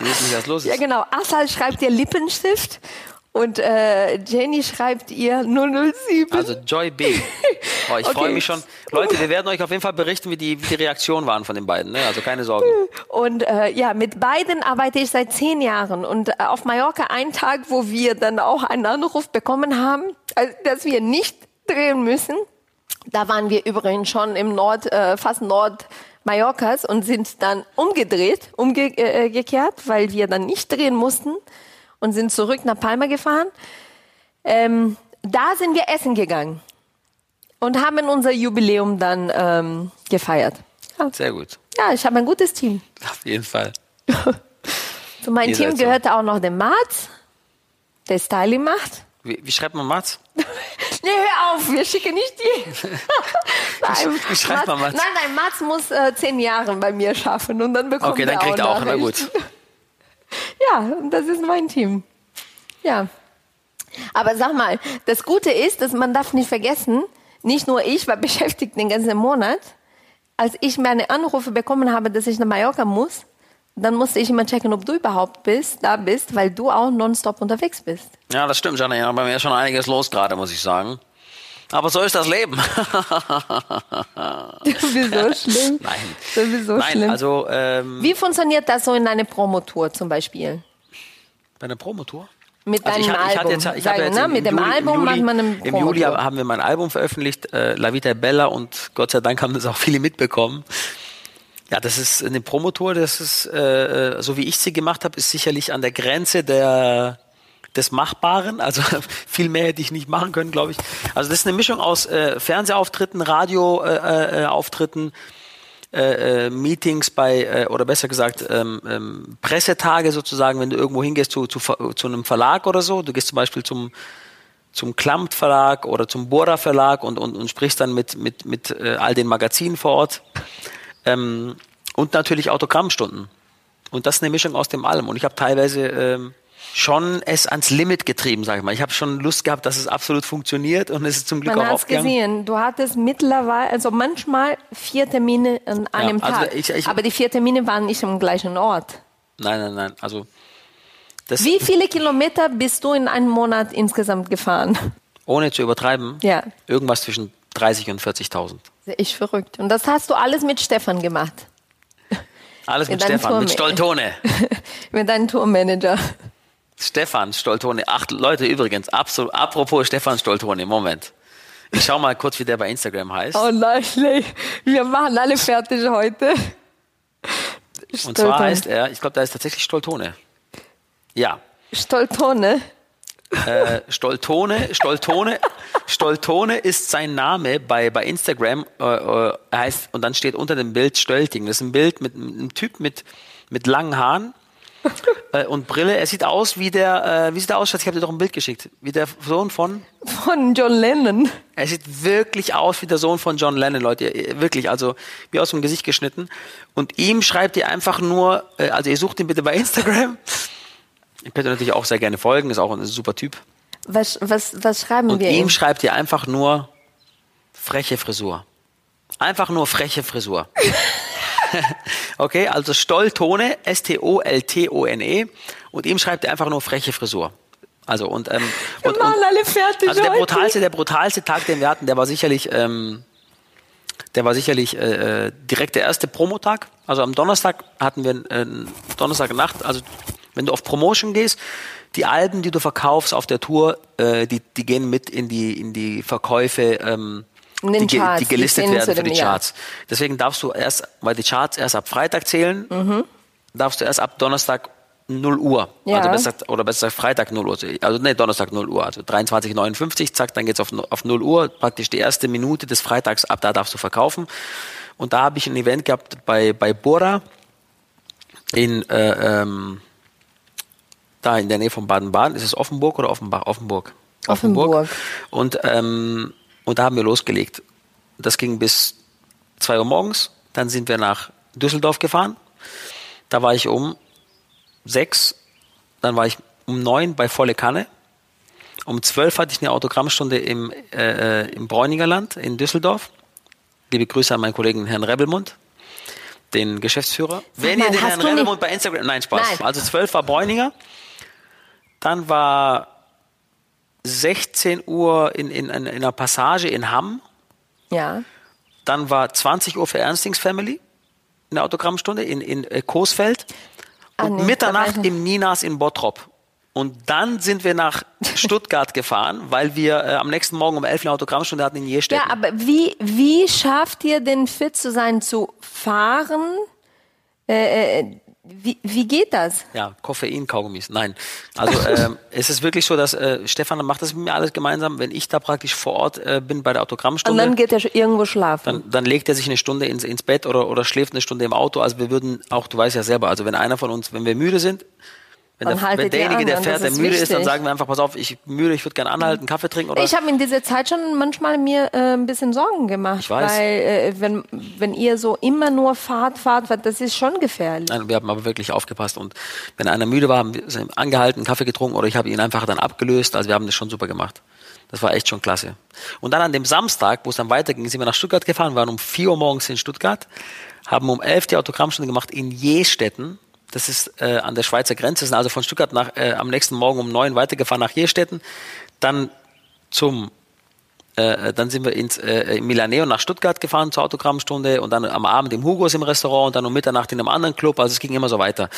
[SPEAKER 2] Die wissen nicht, was los ist.
[SPEAKER 1] Ja, genau. Asal schreibt ihr Lippenstift. Und äh, Jenny schreibt ihr 007.
[SPEAKER 2] Also Joy B. Oh, ich
[SPEAKER 1] genau. Okay.
[SPEAKER 2] freue mich schon. Leute, wir werden euch auf jeden Fall berichten, wie die, wie die Reaktionen waren von den beiden. Ne? Also keine Sorgen.
[SPEAKER 1] *laughs* Und äh, ja, mit beiden arbeite ich seit zehn Jahren. Und äh, auf Mallorca ein Tag, wo wir dann auch einen Anruf bekommen haben, also, dass wir nicht drehen müssen. Da waren wir übrigens schon im Nord, äh, fast Nord Mallorcas und sind dann umgedreht, umgekehrt, äh, gekehrt, weil wir dann nicht drehen mussten und sind zurück nach Palma gefahren. Ähm, da sind wir essen gegangen und haben unser Jubiläum dann ähm, gefeiert. Ja,
[SPEAKER 2] Sehr gut.
[SPEAKER 1] ja ich habe ein gutes Team.
[SPEAKER 2] Auf jeden Fall.
[SPEAKER 1] *laughs* Zu meinem
[SPEAKER 2] Ihr
[SPEAKER 1] Team
[SPEAKER 2] seid so.
[SPEAKER 1] gehörte auch noch der Mats, der Styling macht. *laughs*
[SPEAKER 2] Wie, wie schreibt man Mats?
[SPEAKER 1] Nee, hör auf, wir schicken nicht die.
[SPEAKER 2] *laughs*
[SPEAKER 1] nein,
[SPEAKER 2] Wie schreibt man Mats?
[SPEAKER 1] nein, nein, Mats muss äh, zehn Jahre bei mir schaffen und dann bekommt
[SPEAKER 2] Okay,
[SPEAKER 1] er
[SPEAKER 2] dann kriegt er auch. Na
[SPEAKER 1] Nachrichten.
[SPEAKER 2] gut.
[SPEAKER 1] Ja, das ist mein Team. Ja. Aber sag mal, das Gute ist, dass man darf nicht vergessen, nicht nur ich war *laughs* beschäftigt den ganzen Monat. Als ich meine Anrufe bekommen habe, dass ich nach Mallorca muss, dann musste ich immer checken, ob du überhaupt bist, da bist, weil du auch nonstop unterwegs bist.
[SPEAKER 2] Ja, das stimmt, Janne. Ja, bei mir ist schon einiges los gerade, muss ich sagen. Aber so ist das Leben.
[SPEAKER 1] *laughs*
[SPEAKER 2] *laughs*
[SPEAKER 1] Das ist so *laughs* schlimm.
[SPEAKER 2] Nein.
[SPEAKER 1] Das ist so
[SPEAKER 2] Nein,
[SPEAKER 1] schlimm.
[SPEAKER 2] also ähm,
[SPEAKER 1] Wie funktioniert das so in einer Promotour zum Beispiel?
[SPEAKER 2] bei einer Promotour.
[SPEAKER 1] Mit
[SPEAKER 2] Also
[SPEAKER 1] deinem
[SPEAKER 2] ich hab- ich hatte
[SPEAKER 1] Album.
[SPEAKER 2] jetzt- ich
[SPEAKER 1] sagen,
[SPEAKER 2] habe jetzt
[SPEAKER 1] ne?
[SPEAKER 2] im
[SPEAKER 1] Mit dem
[SPEAKER 2] Juli- im
[SPEAKER 1] Album
[SPEAKER 2] Juli-
[SPEAKER 1] macht man einen
[SPEAKER 2] Im Juli
[SPEAKER 1] Promotour.
[SPEAKER 2] haben wir mein Album veröffentlicht, äh, La Vita Bella, und Gott sei Dank haben das auch viele mitbekommen. Ja, das ist eine Promotour, das ist, äh, äh, so wie ich sie gemacht habe, ist sicherlich an der Grenze der, des Machbaren. Also *laughs* viel mehr hätte ich nicht machen können, glaube ich. Also das ist eine Mischung aus äh, Fernsehauftritten, Radioauftritten, äh, äh, Auftritten, äh, äh, Meetings bei, äh, oder besser gesagt, ähm, ähm, Pressetage sozusagen, wenn du irgendwo hingehst zu, zu, Ver- zu einem Verlag oder so. Du gehst zum Beispiel zum, zum Klamt Verlag oder zum Bora Verlag und, und, und sprichst dann mit, mit, mit äh, all den Magazinen vor Ort. Ähm, und natürlich Autogrammstunden. Und das ist eine Mischung aus dem allem. Und ich habe teilweise ähm, schon es ans Limit getrieben, sag ich mal. Ich habe schon Lust gehabt, dass es absolut funktioniert und es ist zum Glück
[SPEAKER 1] Man hat
[SPEAKER 2] auch
[SPEAKER 1] es
[SPEAKER 2] aufgegangen.
[SPEAKER 1] gesehen. Du hattest mittlerweile, also manchmal vier Termine an einem
[SPEAKER 2] also
[SPEAKER 1] Tag.
[SPEAKER 2] ich- ich-
[SPEAKER 1] aber die vier Termine waren nicht am gleichen Ort.
[SPEAKER 2] Nein, nein, nein. Also das
[SPEAKER 1] Wie viele Kilometer bist du in einem Monat insgesamt gefahren?
[SPEAKER 2] ohne zu übertreiben,
[SPEAKER 1] Ja.
[SPEAKER 2] irgendwas zwischen 30 und 40.000.
[SPEAKER 1] Ich verrückt. Und das hast du alles mit Stefan *laughs* gemacht.
[SPEAKER 2] Alles
[SPEAKER 1] Ja,
[SPEAKER 2] mit
[SPEAKER 1] dann
[SPEAKER 2] Stefan, mit
[SPEAKER 1] Tourme-
[SPEAKER 2] Stoltone.
[SPEAKER 1] mit deinem Tourmanager.
[SPEAKER 2] Stefan Stoltone. Ach, Leute, übrigens, absolut, apropos Stefan Stoltone, Moment. Ich schau mal kurz, wie der bei Instagram heißt.
[SPEAKER 1] Oh nein, nee. wir machen alle fertig heute.
[SPEAKER 2] und zwar
[SPEAKER 1] Stoltone.
[SPEAKER 2] heißt er, ich glaube, da ist tatsächlich Stoltone. Ja.
[SPEAKER 1] Stoltone.
[SPEAKER 2] Äh, Stoltone, Stoltone, Stoltone ist sein Name bei, bei Instagram. Äh, äh, er heißt, und dann steht unter dem Bild Stölting. Das ist ein Bild mit einem Typ mit, mit langen Haaren äh, und Brille. Er sieht aus wie der, äh, wie sieht er aus, Schatz? Ich habe dir doch ein Bild geschickt. Wie der Sohn von.
[SPEAKER 1] Von John Lennon.
[SPEAKER 2] Er sieht wirklich aus wie der Sohn von John Lennon, Leute. Ihr- Wirklich, also wie aus dem Gesicht geschnitten. Und ihm schreibt ihr einfach nur, äh, also ihr sucht ihn bitte bei Instagram. Ihr könnt ihr natürlich auch sehr gerne folgen, ist auch ein super Typ.
[SPEAKER 1] Was, was, was schreiben
[SPEAKER 2] Und
[SPEAKER 1] wir
[SPEAKER 2] ihm
[SPEAKER 1] ihm?
[SPEAKER 2] schreibt ihr einfach nur freche Frisur. Einfach nur freche Frisur. *laughs* okay, also Stoltone, S-T-O-L-T-O-N-E. E. Und ihm schreibt ihr einfach nur freche Frisur. Also und, ähm, und,
[SPEAKER 1] Wir
[SPEAKER 2] und
[SPEAKER 1] machen alle fertig
[SPEAKER 2] also der
[SPEAKER 1] heute.
[SPEAKER 2] brutalste, der brutalste Tag, den wir hatten, der war sicherlich, ähm, der war sicherlich äh, äh, direkt der erste Promotag. Also am Donnerstag hatten wir äh, Donnerstagnacht. Also wenn du auf Promotion gehst, die Alben, die du verkaufst auf der Tour, äh, die, die gehen mit in die in die Verkäufe, ähm,
[SPEAKER 1] In den
[SPEAKER 2] die, ge-
[SPEAKER 1] Charts,
[SPEAKER 2] die
[SPEAKER 1] die
[SPEAKER 2] gelistet
[SPEAKER 1] zählen
[SPEAKER 2] werden
[SPEAKER 1] zu
[SPEAKER 2] für
[SPEAKER 1] dem
[SPEAKER 2] die
[SPEAKER 1] Jahr.
[SPEAKER 2] Charts. Deswegen darfst du erst, weil die Charts erst ab Freitag zählen,
[SPEAKER 1] Mhm.
[SPEAKER 2] darfst du erst ab Donnerstag 0 Uhr.
[SPEAKER 1] Ja.
[SPEAKER 2] Also besser, oder besser gesagt Freitag 0 Uhr. Also nee, Donnerstag 0 Uhr. Also 23.59, zack, dann geht's auf, nu- auf 0 Uhr. Praktisch die erste Minute des Freitags, ab da darfst du verkaufen. Und da habe ich ein Event gehabt bei, bei Bora in äh, ähm, da in der Nähe von Baden-Baden. Ist es Offenburg oder Offenbach? Offenburg.
[SPEAKER 1] Offenburg.
[SPEAKER 2] Und, ähm, und da haben wir losgelegt. Das ging bis 2 Uhr morgens. Dann sind wir nach Düsseldorf gefahren. Da war ich um 6. Dann war ich um 9 bei Volle Kanne. Um 12 hatte ich eine Autogrammstunde im, äh, äh, im Bräuningerland in Düsseldorf. Liebe Grüße an meinen Kollegen Herrn Rebelmund, den Geschäftsführer. Wenn
[SPEAKER 1] mal,
[SPEAKER 2] ihr den
[SPEAKER 1] hast
[SPEAKER 2] Herrn
[SPEAKER 1] du nicht-
[SPEAKER 2] Rebelmund bei Instagram. Nein, Spaß.
[SPEAKER 1] Nein.
[SPEAKER 2] Also 12 war Bräuninger. Dann war 16 Uhr in, in, in einer Passage in Hamm.
[SPEAKER 1] Ja.
[SPEAKER 2] Dann war 20 Uhr für Ernstings Family eine Autogrammstunde in, in äh, Coesfeld.
[SPEAKER 1] Ah,
[SPEAKER 2] Und
[SPEAKER 1] nee, da
[SPEAKER 2] Mitternacht
[SPEAKER 1] war ich-
[SPEAKER 2] im Ninas in Bottrop. Und dann sind
[SPEAKER 1] *laughs*
[SPEAKER 2] wir nach Stuttgart gefahren, weil wir äh, am nächsten Morgen um 11 eine Autogrammstunde hatten in Jestetten.
[SPEAKER 1] Ja, aber wie, wie schafft ihr denn fit zu sein, zu fahren? Äh, äh, wie, wie geht das?
[SPEAKER 2] Ja, Koffein-Kaugummis. Nein. Also
[SPEAKER 1] *laughs*
[SPEAKER 2] ähm, es ist wirklich so, dass äh, Stefan macht das mit mir alles gemeinsam. Wenn ich da praktisch vor Ort äh, bin bei der
[SPEAKER 1] Und
[SPEAKER 2] Autogrammstunde,
[SPEAKER 1] dann geht er sch- irgendwo schlafen.
[SPEAKER 2] dann, dann legt er sich eine Stunde ins, ins Bett oder, oder schläft eine Stunde im Auto. Also wir würden auch, du weißt ja selber, also wenn einer von uns, wenn wir müde sind, wenn,
[SPEAKER 1] Dann
[SPEAKER 2] der, wenn
[SPEAKER 1] haltet ihr
[SPEAKER 2] derjenige,
[SPEAKER 1] an,
[SPEAKER 2] der
[SPEAKER 1] und
[SPEAKER 2] fährt,
[SPEAKER 1] das
[SPEAKER 2] der
[SPEAKER 1] ist
[SPEAKER 2] müde ist, dann
[SPEAKER 1] wichtig.
[SPEAKER 2] sagen wir einfach, pass auf, ich müde, ich würde gerne anhalten, Kaffee trinken oder
[SPEAKER 1] Ich habe in dieser Zeit schon manchmal mir äh, ein bisschen Sorgen gemacht,
[SPEAKER 2] Ich weiß.
[SPEAKER 1] weil äh, wenn, wenn ihr so immer nur fahrt, fahrt, fahrt, das ist schon gefährlich.
[SPEAKER 2] Nein, wir haben aber wirklich aufgepasst und wenn einer müde war, haben wir sind angehalten, Kaffee getrunken oder ich habe ihn einfach dann abgelöst. Also wir haben das schon super gemacht. Das war echt schon klasse. Und dann an dem Samstag, wo es dann weiterging, sind wir nach Stuttgart gefahren, waren um 4 Uhr morgens in Stuttgart, haben um 11 die Autogrammstunde gemacht in Jestetten. Das ist äh, an der Schweizer Grenze, sind also von Stuttgart nach, äh, am nächsten Morgen um 9 weitergefahren nach Jestetten, dann zum Äh, dann sind wir ins äh, in Milaneo nach Stuttgart gefahren zur Autogrammstunde und dann am Abend im Hugos im Restaurant und dann um Mitternacht in einem anderen Club. Also es ging immer so weiter.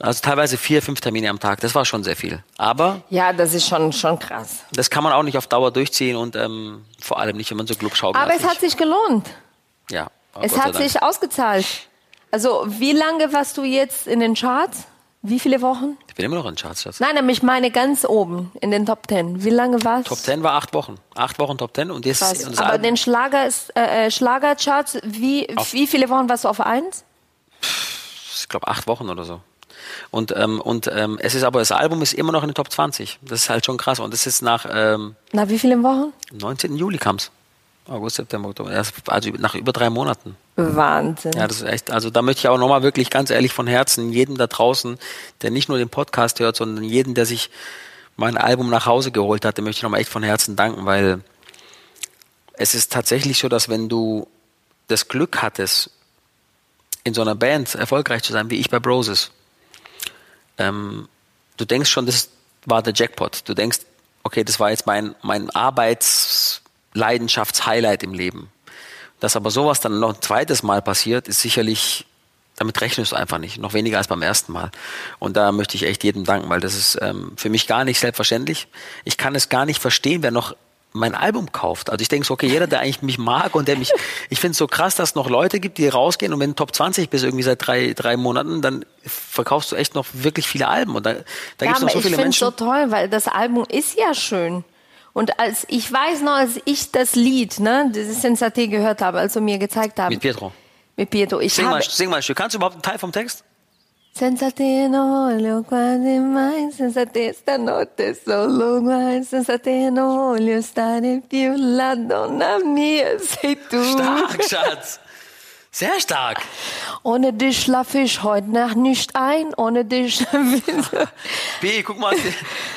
[SPEAKER 2] Also teilweise vier, fünf Termine am Tag. Das war schon sehr viel. Aber
[SPEAKER 3] Ja, das ist schon, schon krass.
[SPEAKER 2] das kann man auch nicht auf Dauer durchziehen und ähm, vor allem nicht, wenn man so Clubschaukel
[SPEAKER 1] Aber es hat sich gelohnt.
[SPEAKER 2] ja, oh,
[SPEAKER 1] Es
[SPEAKER 2] Gott sei
[SPEAKER 1] hat
[SPEAKER 2] Dank.
[SPEAKER 1] sich ausgezahlt. Also, wie lange warst du jetzt in den Charts? Wie viele Wochen?
[SPEAKER 2] Ich bin immer noch in Charts. Schatz.
[SPEAKER 1] Nein, nämlich meine ganz oben in den Top Ten. Wie lange warst
[SPEAKER 2] Top 10 war acht Wochen. Acht Wochen Top 10 und jetzt und das
[SPEAKER 1] Aber
[SPEAKER 2] Album-
[SPEAKER 1] den Schlager ist, äh, äh, Schlagercharts, wie, wie viele Wochen warst du auf eins?
[SPEAKER 2] ich glaube, acht Wochen oder so. Und, ähm, und ähm, es ist aber, das Album ist immer noch in den Top 20. Das ist halt schon krass. Und das ist nach ähm,
[SPEAKER 1] Na, wie viele Wochen?
[SPEAKER 2] 19. Juli kam es. August, September, Oktober. Erst- Also nach über drei Monaten.
[SPEAKER 1] Wahnsinn.
[SPEAKER 2] Ja, das ist echt, also da möchte ich auch nochmal wirklich ganz ehrlich von Herzen jedem da draußen, der nicht nur den Podcast hört, sondern jeden, der sich mein Album nach Hause geholt hat, dem möchte ich nochmal echt von Herzen danken, weil es ist tatsächlich so, dass wenn du das Glück hattest, in so einer Band erfolgreich zu sein, wie ich bei Broses, ähm, du denkst schon, das war der Jackpot. Du denkst, okay, das war jetzt mein, mein Arbeitsleidenschafts-Highlight im Leben. Dass aber sowas dann noch ein zweites Mal passiert, ist sicherlich, damit rechnest du einfach nicht. Noch weniger als beim ersten Mal. Und da möchte ich echt jedem danken, weil das ist ähm, für mich gar nicht selbstverständlich. Ich kann es gar nicht verstehen, wer noch mein Album kauft. Also ich denke so, okay, jeder, der eigentlich mich mag
[SPEAKER 1] *laughs*
[SPEAKER 2] und der mich, ich finde es so krass, dass es noch Leute gibt, die rausgehen und wenn du Top 20 bist irgendwie seit drei, drei Monaten, dann verkaufst du echt noch wirklich viele Alben und da, da gibt es
[SPEAKER 1] aber
[SPEAKER 2] noch so
[SPEAKER 1] ich
[SPEAKER 2] viele
[SPEAKER 1] finde es
[SPEAKER 2] Menschen.
[SPEAKER 1] so toll, weil das Album ist ja schön. Und als ich weiß noch, als ich das Lied, ne, dieses Sensate gehört habe, also mir gezeigt haben.
[SPEAKER 2] Mit Pietro.
[SPEAKER 1] Mit Pietro. Ich
[SPEAKER 2] Sing mal,
[SPEAKER 1] habe
[SPEAKER 2] sing mal ein Stück. Kannst du überhaupt einen Teil vom Text?
[SPEAKER 1] Sensate no olio quasi mai, sensate stanotte solo guai, sensate no olio stare più la donna mia sei tu.
[SPEAKER 2] Stark, Schatz. Sehr stark.
[SPEAKER 1] Ohne dich schlafe ich heute Nacht nicht ein, ohne dich. *laughs*
[SPEAKER 2] Pi, guck mal.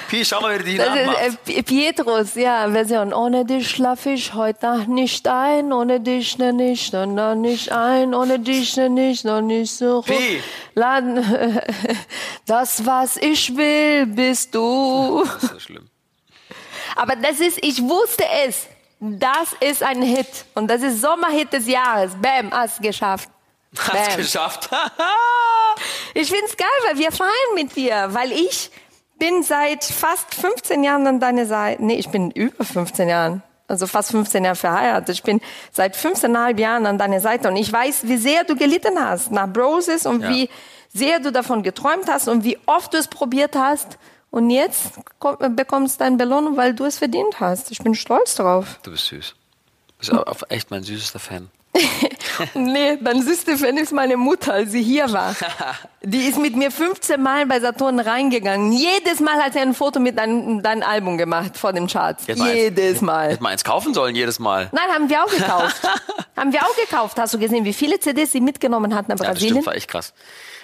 [SPEAKER 2] Pi, schau mal, wer die
[SPEAKER 1] Das
[SPEAKER 2] nachmacht.
[SPEAKER 1] ist äh, Pietros, ja, Version. Ohne dich schlafe ich heute Nacht nicht ein, ohne dich ne nicht, ne, ne nicht ein, ohne dich ne nicht, ne nicht so.
[SPEAKER 2] Pi.
[SPEAKER 1] Laden, *laughs* das was ich will, bist du.
[SPEAKER 2] Das ist so schlimm.
[SPEAKER 1] Aber das ist, ich wusste es. Das ist ein Hit und das ist Sommerhit des Jahres. Bam, hast geschafft.
[SPEAKER 2] Hast
[SPEAKER 1] Bam.
[SPEAKER 2] geschafft.
[SPEAKER 1] Ich find's geil, weil wir feiern mit dir, weil ich bin seit fast 15 Jahren an deiner Seite. Nee, ich bin über 15 Jahren. Also fast 15 Jahre verheiratet. Ich bin seit 15,5 Jahren an deiner Seite und ich weiß, wie sehr du gelitten hast nach Broses und
[SPEAKER 2] Ja.
[SPEAKER 1] wie sehr du davon geträumt hast und wie oft du es probiert hast. Und jetzt komm- bekommst du deine Belohnung, weil du es verdient hast. Ich bin stolz drauf.
[SPEAKER 2] Du bist süß. Du bist au- auf echt mein süßester Fan.
[SPEAKER 1] Nee, dann süßte Fan ist meine Mutter, als sie hier
[SPEAKER 2] *laughs*
[SPEAKER 1] war. Die ist mit mir 15 Mal bei Saturn reingegangen. Jedes Mal hat sie ein Foto mit deinem, deinem Album gemacht vor dem Charts.
[SPEAKER 2] Jetzt mal eins-
[SPEAKER 1] Jedes Mal.
[SPEAKER 2] Hätte man eins kaufen sollen, jedes Mal.
[SPEAKER 1] Nein, haben wir auch
[SPEAKER 2] *laughs*
[SPEAKER 1] gekauft. haben wir auch gekauft. Hast du gesehen, wie viele CDs sie mitgenommen hat nach
[SPEAKER 2] Ja, das stimmt,
[SPEAKER 1] Brasilien?
[SPEAKER 2] war echt krass.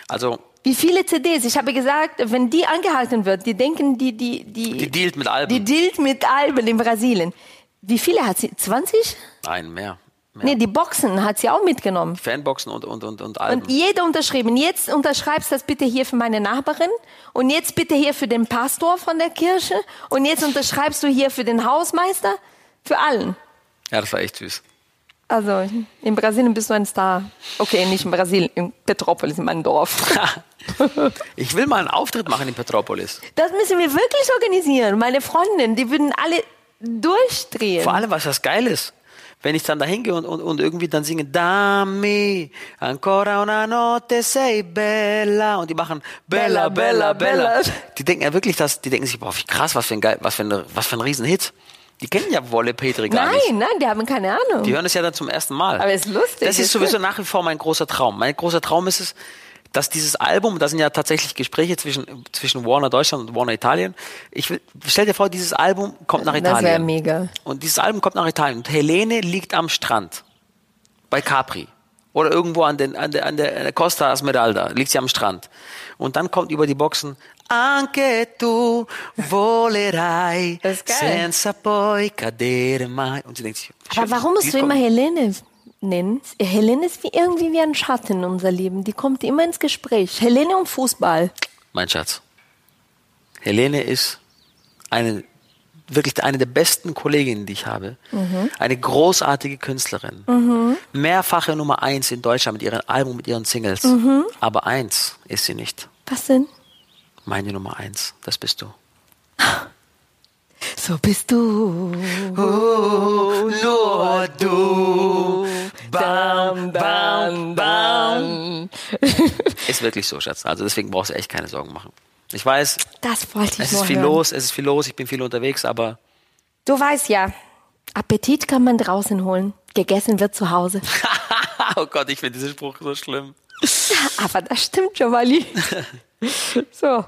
[SPEAKER 2] Also,
[SPEAKER 1] wie viele CDs? Ich habe gesagt, wenn die angehalten wird, die denken, die, die, die,
[SPEAKER 2] die dealt mit Alben.
[SPEAKER 1] die dealt mit Alben in Brasilien. Wie viele hat sie? 20?
[SPEAKER 2] Nein, mehr. mehr.
[SPEAKER 1] Nee, die Boxen hat sie auch mitgenommen.
[SPEAKER 2] Fanboxen und, und, und, und Alben.
[SPEAKER 1] Und jeder unterschrieben. Jetzt unterschreibst das bitte hier für meine Nachbarin und jetzt bitte hier für den Pastor von der Kirche und jetzt unterschreibst du hier für den Hausmeister, für allen.
[SPEAKER 2] ja, das war echt süß. *laughs*
[SPEAKER 1] Also in Brasilien bist du ein Star. Okay, nicht in Brasilien, in Petropolis, in meinem
[SPEAKER 2] *laughs*
[SPEAKER 1] Dorf.
[SPEAKER 2] Ich will mal einen Auftritt machen in Petropolis.
[SPEAKER 1] Das müssen wir wirklich organisieren. Meine Freundinnen, die würden alle durchdrehen.
[SPEAKER 2] Vor allem, was das geil ist. Wenn ich dann da hingehe und, und, und irgendwie dann singe, Dami, ancora una notte sei bella. Und die machen Bella,
[SPEAKER 1] Bella,
[SPEAKER 2] Bella, Bella.
[SPEAKER 1] Bella.
[SPEAKER 2] Die denken ja wirklich, dass, die denken sich, boah, wie krass, was für ein geil, was für ein, was für ein Riesenhit. Die kennen ja Wolle Petri gar nicht.
[SPEAKER 1] nein, nein, die haben keine Ahnung.
[SPEAKER 2] Die hören es ja dann zum ersten Mal.
[SPEAKER 1] Aber ist lustig,
[SPEAKER 2] Das ist
[SPEAKER 1] ist
[SPEAKER 2] sowieso
[SPEAKER 1] gut.
[SPEAKER 2] nach wie vor mein großer Traum. Mein großer Traum ist es, dass dieses Album, da sind ja tatsächlich Gespräche zwischen, zwischen Warner Deutschland und Warner Italien. Ich will, stell dir vor, dieses Album kommt nach Italien.
[SPEAKER 1] Das wäre mega.
[SPEAKER 2] Und dieses Album kommt nach Italien. Und Helene liegt am Strand. Bei Capri. Oder irgendwo an, den, an, der, an der an der Costa Esmeralda. Liegt sie am Strand. Und dann kommt über die Boxen. Anche tu volerai
[SPEAKER 1] Das ist geil.
[SPEAKER 2] senza poi cadere mai. Und sie denkt sich,
[SPEAKER 1] Aber warum musst
[SPEAKER 2] die
[SPEAKER 1] du immer
[SPEAKER 2] kommt-
[SPEAKER 1] Helene nennen? Helene ist wie irgendwie wie ein Schatten in unser Leben. Die kommt immer ins Gespräch. Helene und Fußball.
[SPEAKER 2] Mein Schatz. Helene ist eine wirklich eine der besten Kolleginnen, die ich habe. Eine großartige Künstlerin. Mehrfache Nummer eins in Deutschland mit ihren Alben, mit ihren Singles. Aber eins ist sie nicht.
[SPEAKER 5] Was denn?
[SPEAKER 2] Meine Nummer eins, das bist du.
[SPEAKER 5] So bist du.
[SPEAKER 2] Nur du.
[SPEAKER 6] Bam, bam, bam.
[SPEAKER 2] Ist wirklich so, Schatz. Also deswegen brauchst du echt keine Sorgen machen. Ich weiß,
[SPEAKER 5] Das wollte ich
[SPEAKER 2] es
[SPEAKER 5] nur
[SPEAKER 2] ist viel
[SPEAKER 5] hören.
[SPEAKER 2] los, es ist viel los, ich bin viel unterwegs, aber
[SPEAKER 5] Du weißt ja, Appetit kann man draußen holen. Gegessen wird zu
[SPEAKER 2] *laughs*
[SPEAKER 5] Hause.
[SPEAKER 2] oh Gott, ich finde diesen Spruch so schlimm.
[SPEAKER 5] Aber das stimmt,
[SPEAKER 2] *laughs*
[SPEAKER 5] Giovanni.
[SPEAKER 1] So.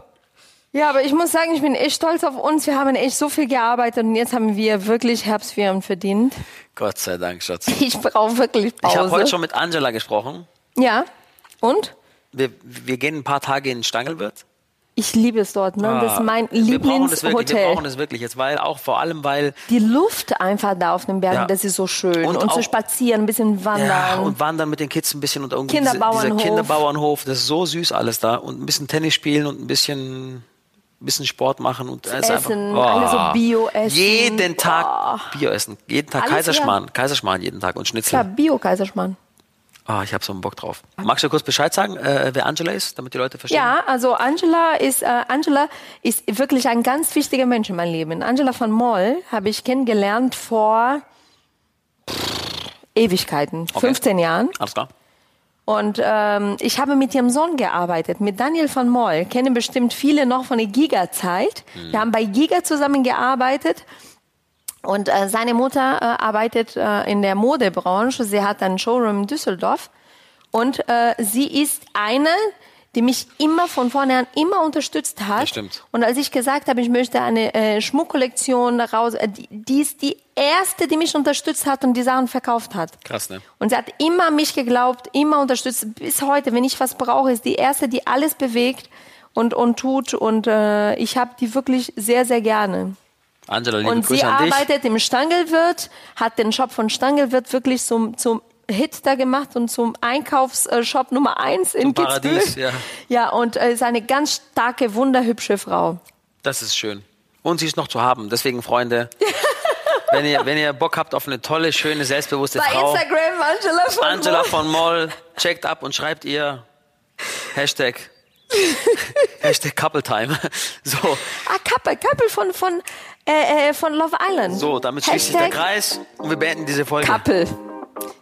[SPEAKER 1] Ja, aber ich muss sagen, ich bin echt stolz auf uns. Wir haben echt so viel gearbeitet und jetzt haben wir wirklich Herbstferien verdient.
[SPEAKER 2] Gott sei Dank, Schatz.
[SPEAKER 1] Ich brauche wirklich
[SPEAKER 2] Ich habe
[SPEAKER 1] Pause.
[SPEAKER 2] heute schon mit Angela gesprochen.
[SPEAKER 1] ja. Und?
[SPEAKER 2] Wir, wir gehen ein paar Tage in Stangelwirt.
[SPEAKER 1] Ich liebe es dort, ne?
[SPEAKER 2] Ah.
[SPEAKER 1] das ist mein
[SPEAKER 2] Wir brauchen das wirklich, wir brauchen
[SPEAKER 1] Lieblingshotel.
[SPEAKER 2] das wirklich jetzt, weil auch vor allem, weil
[SPEAKER 1] Die Luft einfach da auf den Bergen,
[SPEAKER 2] Ja.
[SPEAKER 1] das ist so schön.
[SPEAKER 2] Und
[SPEAKER 1] Und,
[SPEAKER 2] auch-
[SPEAKER 1] zu spazieren, ein bisschen wandern.
[SPEAKER 2] ja, und wandern mit den Kids ein bisschen und irgendwie diese-
[SPEAKER 1] Kinderbauernhof.
[SPEAKER 2] dieser Kinderbauernhof, das ist so süß alles da und ein bisschen Tennis spielen und ein bisschen ein bisschen Sport machen und es ist
[SPEAKER 1] Essen,
[SPEAKER 2] einfach
[SPEAKER 1] alles so Bio-Essen.
[SPEAKER 2] Jeden Tag Bio essen, jeden Tag
[SPEAKER 1] Alles,
[SPEAKER 2] Kaiserschmarrn, Kaiserschmarrn jeden Tag und
[SPEAKER 1] ja,
[SPEAKER 2] Schnitzel.
[SPEAKER 1] Bio-Kaiserschmarrn.
[SPEAKER 2] Ah, ich habe so einen Bock drauf. Magst du kurz Bescheid sagen, äh, wer Angela ist, damit die Leute verstehen?
[SPEAKER 1] Ja, also Angela ist äh, Angela ist wirklich ein ganz wichtiger Mensch in meinem Leben. Angela von Moll habe ich kennengelernt vor pff, Ewigkeiten, 15 Jahren.
[SPEAKER 2] Alles klar.
[SPEAKER 1] Und ähm, ich habe mit ihrem Sohn gearbeitet, mit Daniel von Moll. Kennen bestimmt viele noch von der Giga-Zeit.
[SPEAKER 2] Mhm.
[SPEAKER 1] Wir haben bei Giga zusammen gearbeitet. Und äh, seine Mutter äh, arbeitet äh, in der Modebranche. Sie hat einen Showroom in Düsseldorf. Und äh, sie ist eine, die mich immer von vornherein immer unterstützt hat.
[SPEAKER 2] Das stimmt.
[SPEAKER 1] Und als ich gesagt habe, ich möchte eine äh, Schmuckkollektion raus, äh, die, die ist die erste, die mich unterstützt hat und die Sachen verkauft hat.
[SPEAKER 2] Krass, ne?
[SPEAKER 1] Und sie hat immer an mich geglaubt, immer unterstützt, bis heute, wenn ich was brauche, ist die Erste, die alles bewegt und, und tut. Und äh, ich habe die wirklich sehr, sehr gerne.
[SPEAKER 2] Angela, liebe
[SPEAKER 1] und
[SPEAKER 2] Grüße
[SPEAKER 1] sie
[SPEAKER 2] an dich.
[SPEAKER 1] arbeitet im Stangelwirt, hat den Shop von Stangelwirt wirklich zum, zum Hit da gemacht und zum Einkaufsshop Nummer eins in Kitzbühel.
[SPEAKER 2] Paradies, ja.
[SPEAKER 1] ja, und äh, ist eine ganz starke, wunderhübsche Frau.
[SPEAKER 2] Das ist schön. Und sie ist noch zu haben. Deswegen,
[SPEAKER 1] *laughs*
[SPEAKER 2] Freunde, wenn, ihr, wenn ihr Bock habt auf eine tolle, schöne, selbstbewusste
[SPEAKER 1] Bei
[SPEAKER 2] Frau,
[SPEAKER 1] Instagram Angela von
[SPEAKER 2] Angela
[SPEAKER 1] Moll.
[SPEAKER 2] von Moll, checkt ab und schreibt ihr
[SPEAKER 1] *laughs*
[SPEAKER 2] Hashtag, Hashtag Couple Time. So,
[SPEAKER 1] Ah, Kappel, Kappel von, von, äh, äh, von Love Island.
[SPEAKER 2] so, damit schließt sich der
[SPEAKER 1] Hashtag
[SPEAKER 2] Kreis und wir beenden diese Folge.
[SPEAKER 1] Kappel.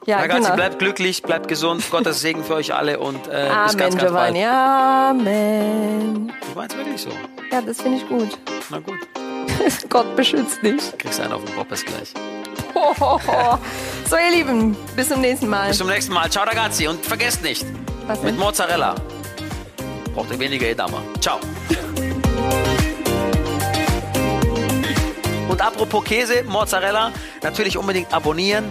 [SPEAKER 1] Ja,
[SPEAKER 2] Ragazzi,
[SPEAKER 1] genau.
[SPEAKER 2] bleibt glücklich, bleibt gesund. Gottes Segen für euch alle und äh, bis ganz,
[SPEAKER 1] Amen,
[SPEAKER 2] ganz bald.
[SPEAKER 1] Giovanni. Amen.
[SPEAKER 2] Ich mein's wirklich so.
[SPEAKER 1] Ja, das finde ich gut. *laughs*
[SPEAKER 2] Na gut,
[SPEAKER 1] Gott beschützt dich. *laughs*
[SPEAKER 2] kriegst einen auf den Bob bis gleich.
[SPEAKER 1] So, ihr Lieben, bis zum nächsten Mal.
[SPEAKER 2] Bis zum nächsten Mal. Ciao, Ragazzi. Und vergesst nicht,
[SPEAKER 1] Was denn?
[SPEAKER 2] mit Mozzarella braucht ihr weniger Edammer. Ciao. Und apropos Käse, Mozzarella, natürlich unbedingt abonnieren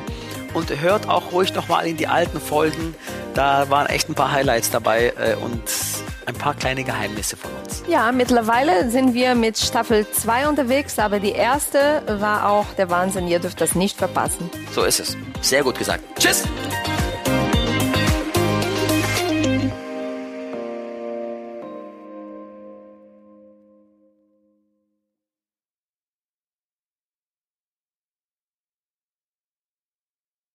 [SPEAKER 2] und hört auch ruhig nochmal in die alten Folgen. Da waren echt ein paar Highlights dabei äh, und ein paar kleine Geheimnisse von uns.
[SPEAKER 1] Ja, mittlerweile sind wir mit Staffel 2 unterwegs, aber die erste war auch der Wahnsinn. Ihr dürft das nicht verpassen.
[SPEAKER 2] So ist es. Sehr gut gesagt. Tschüss.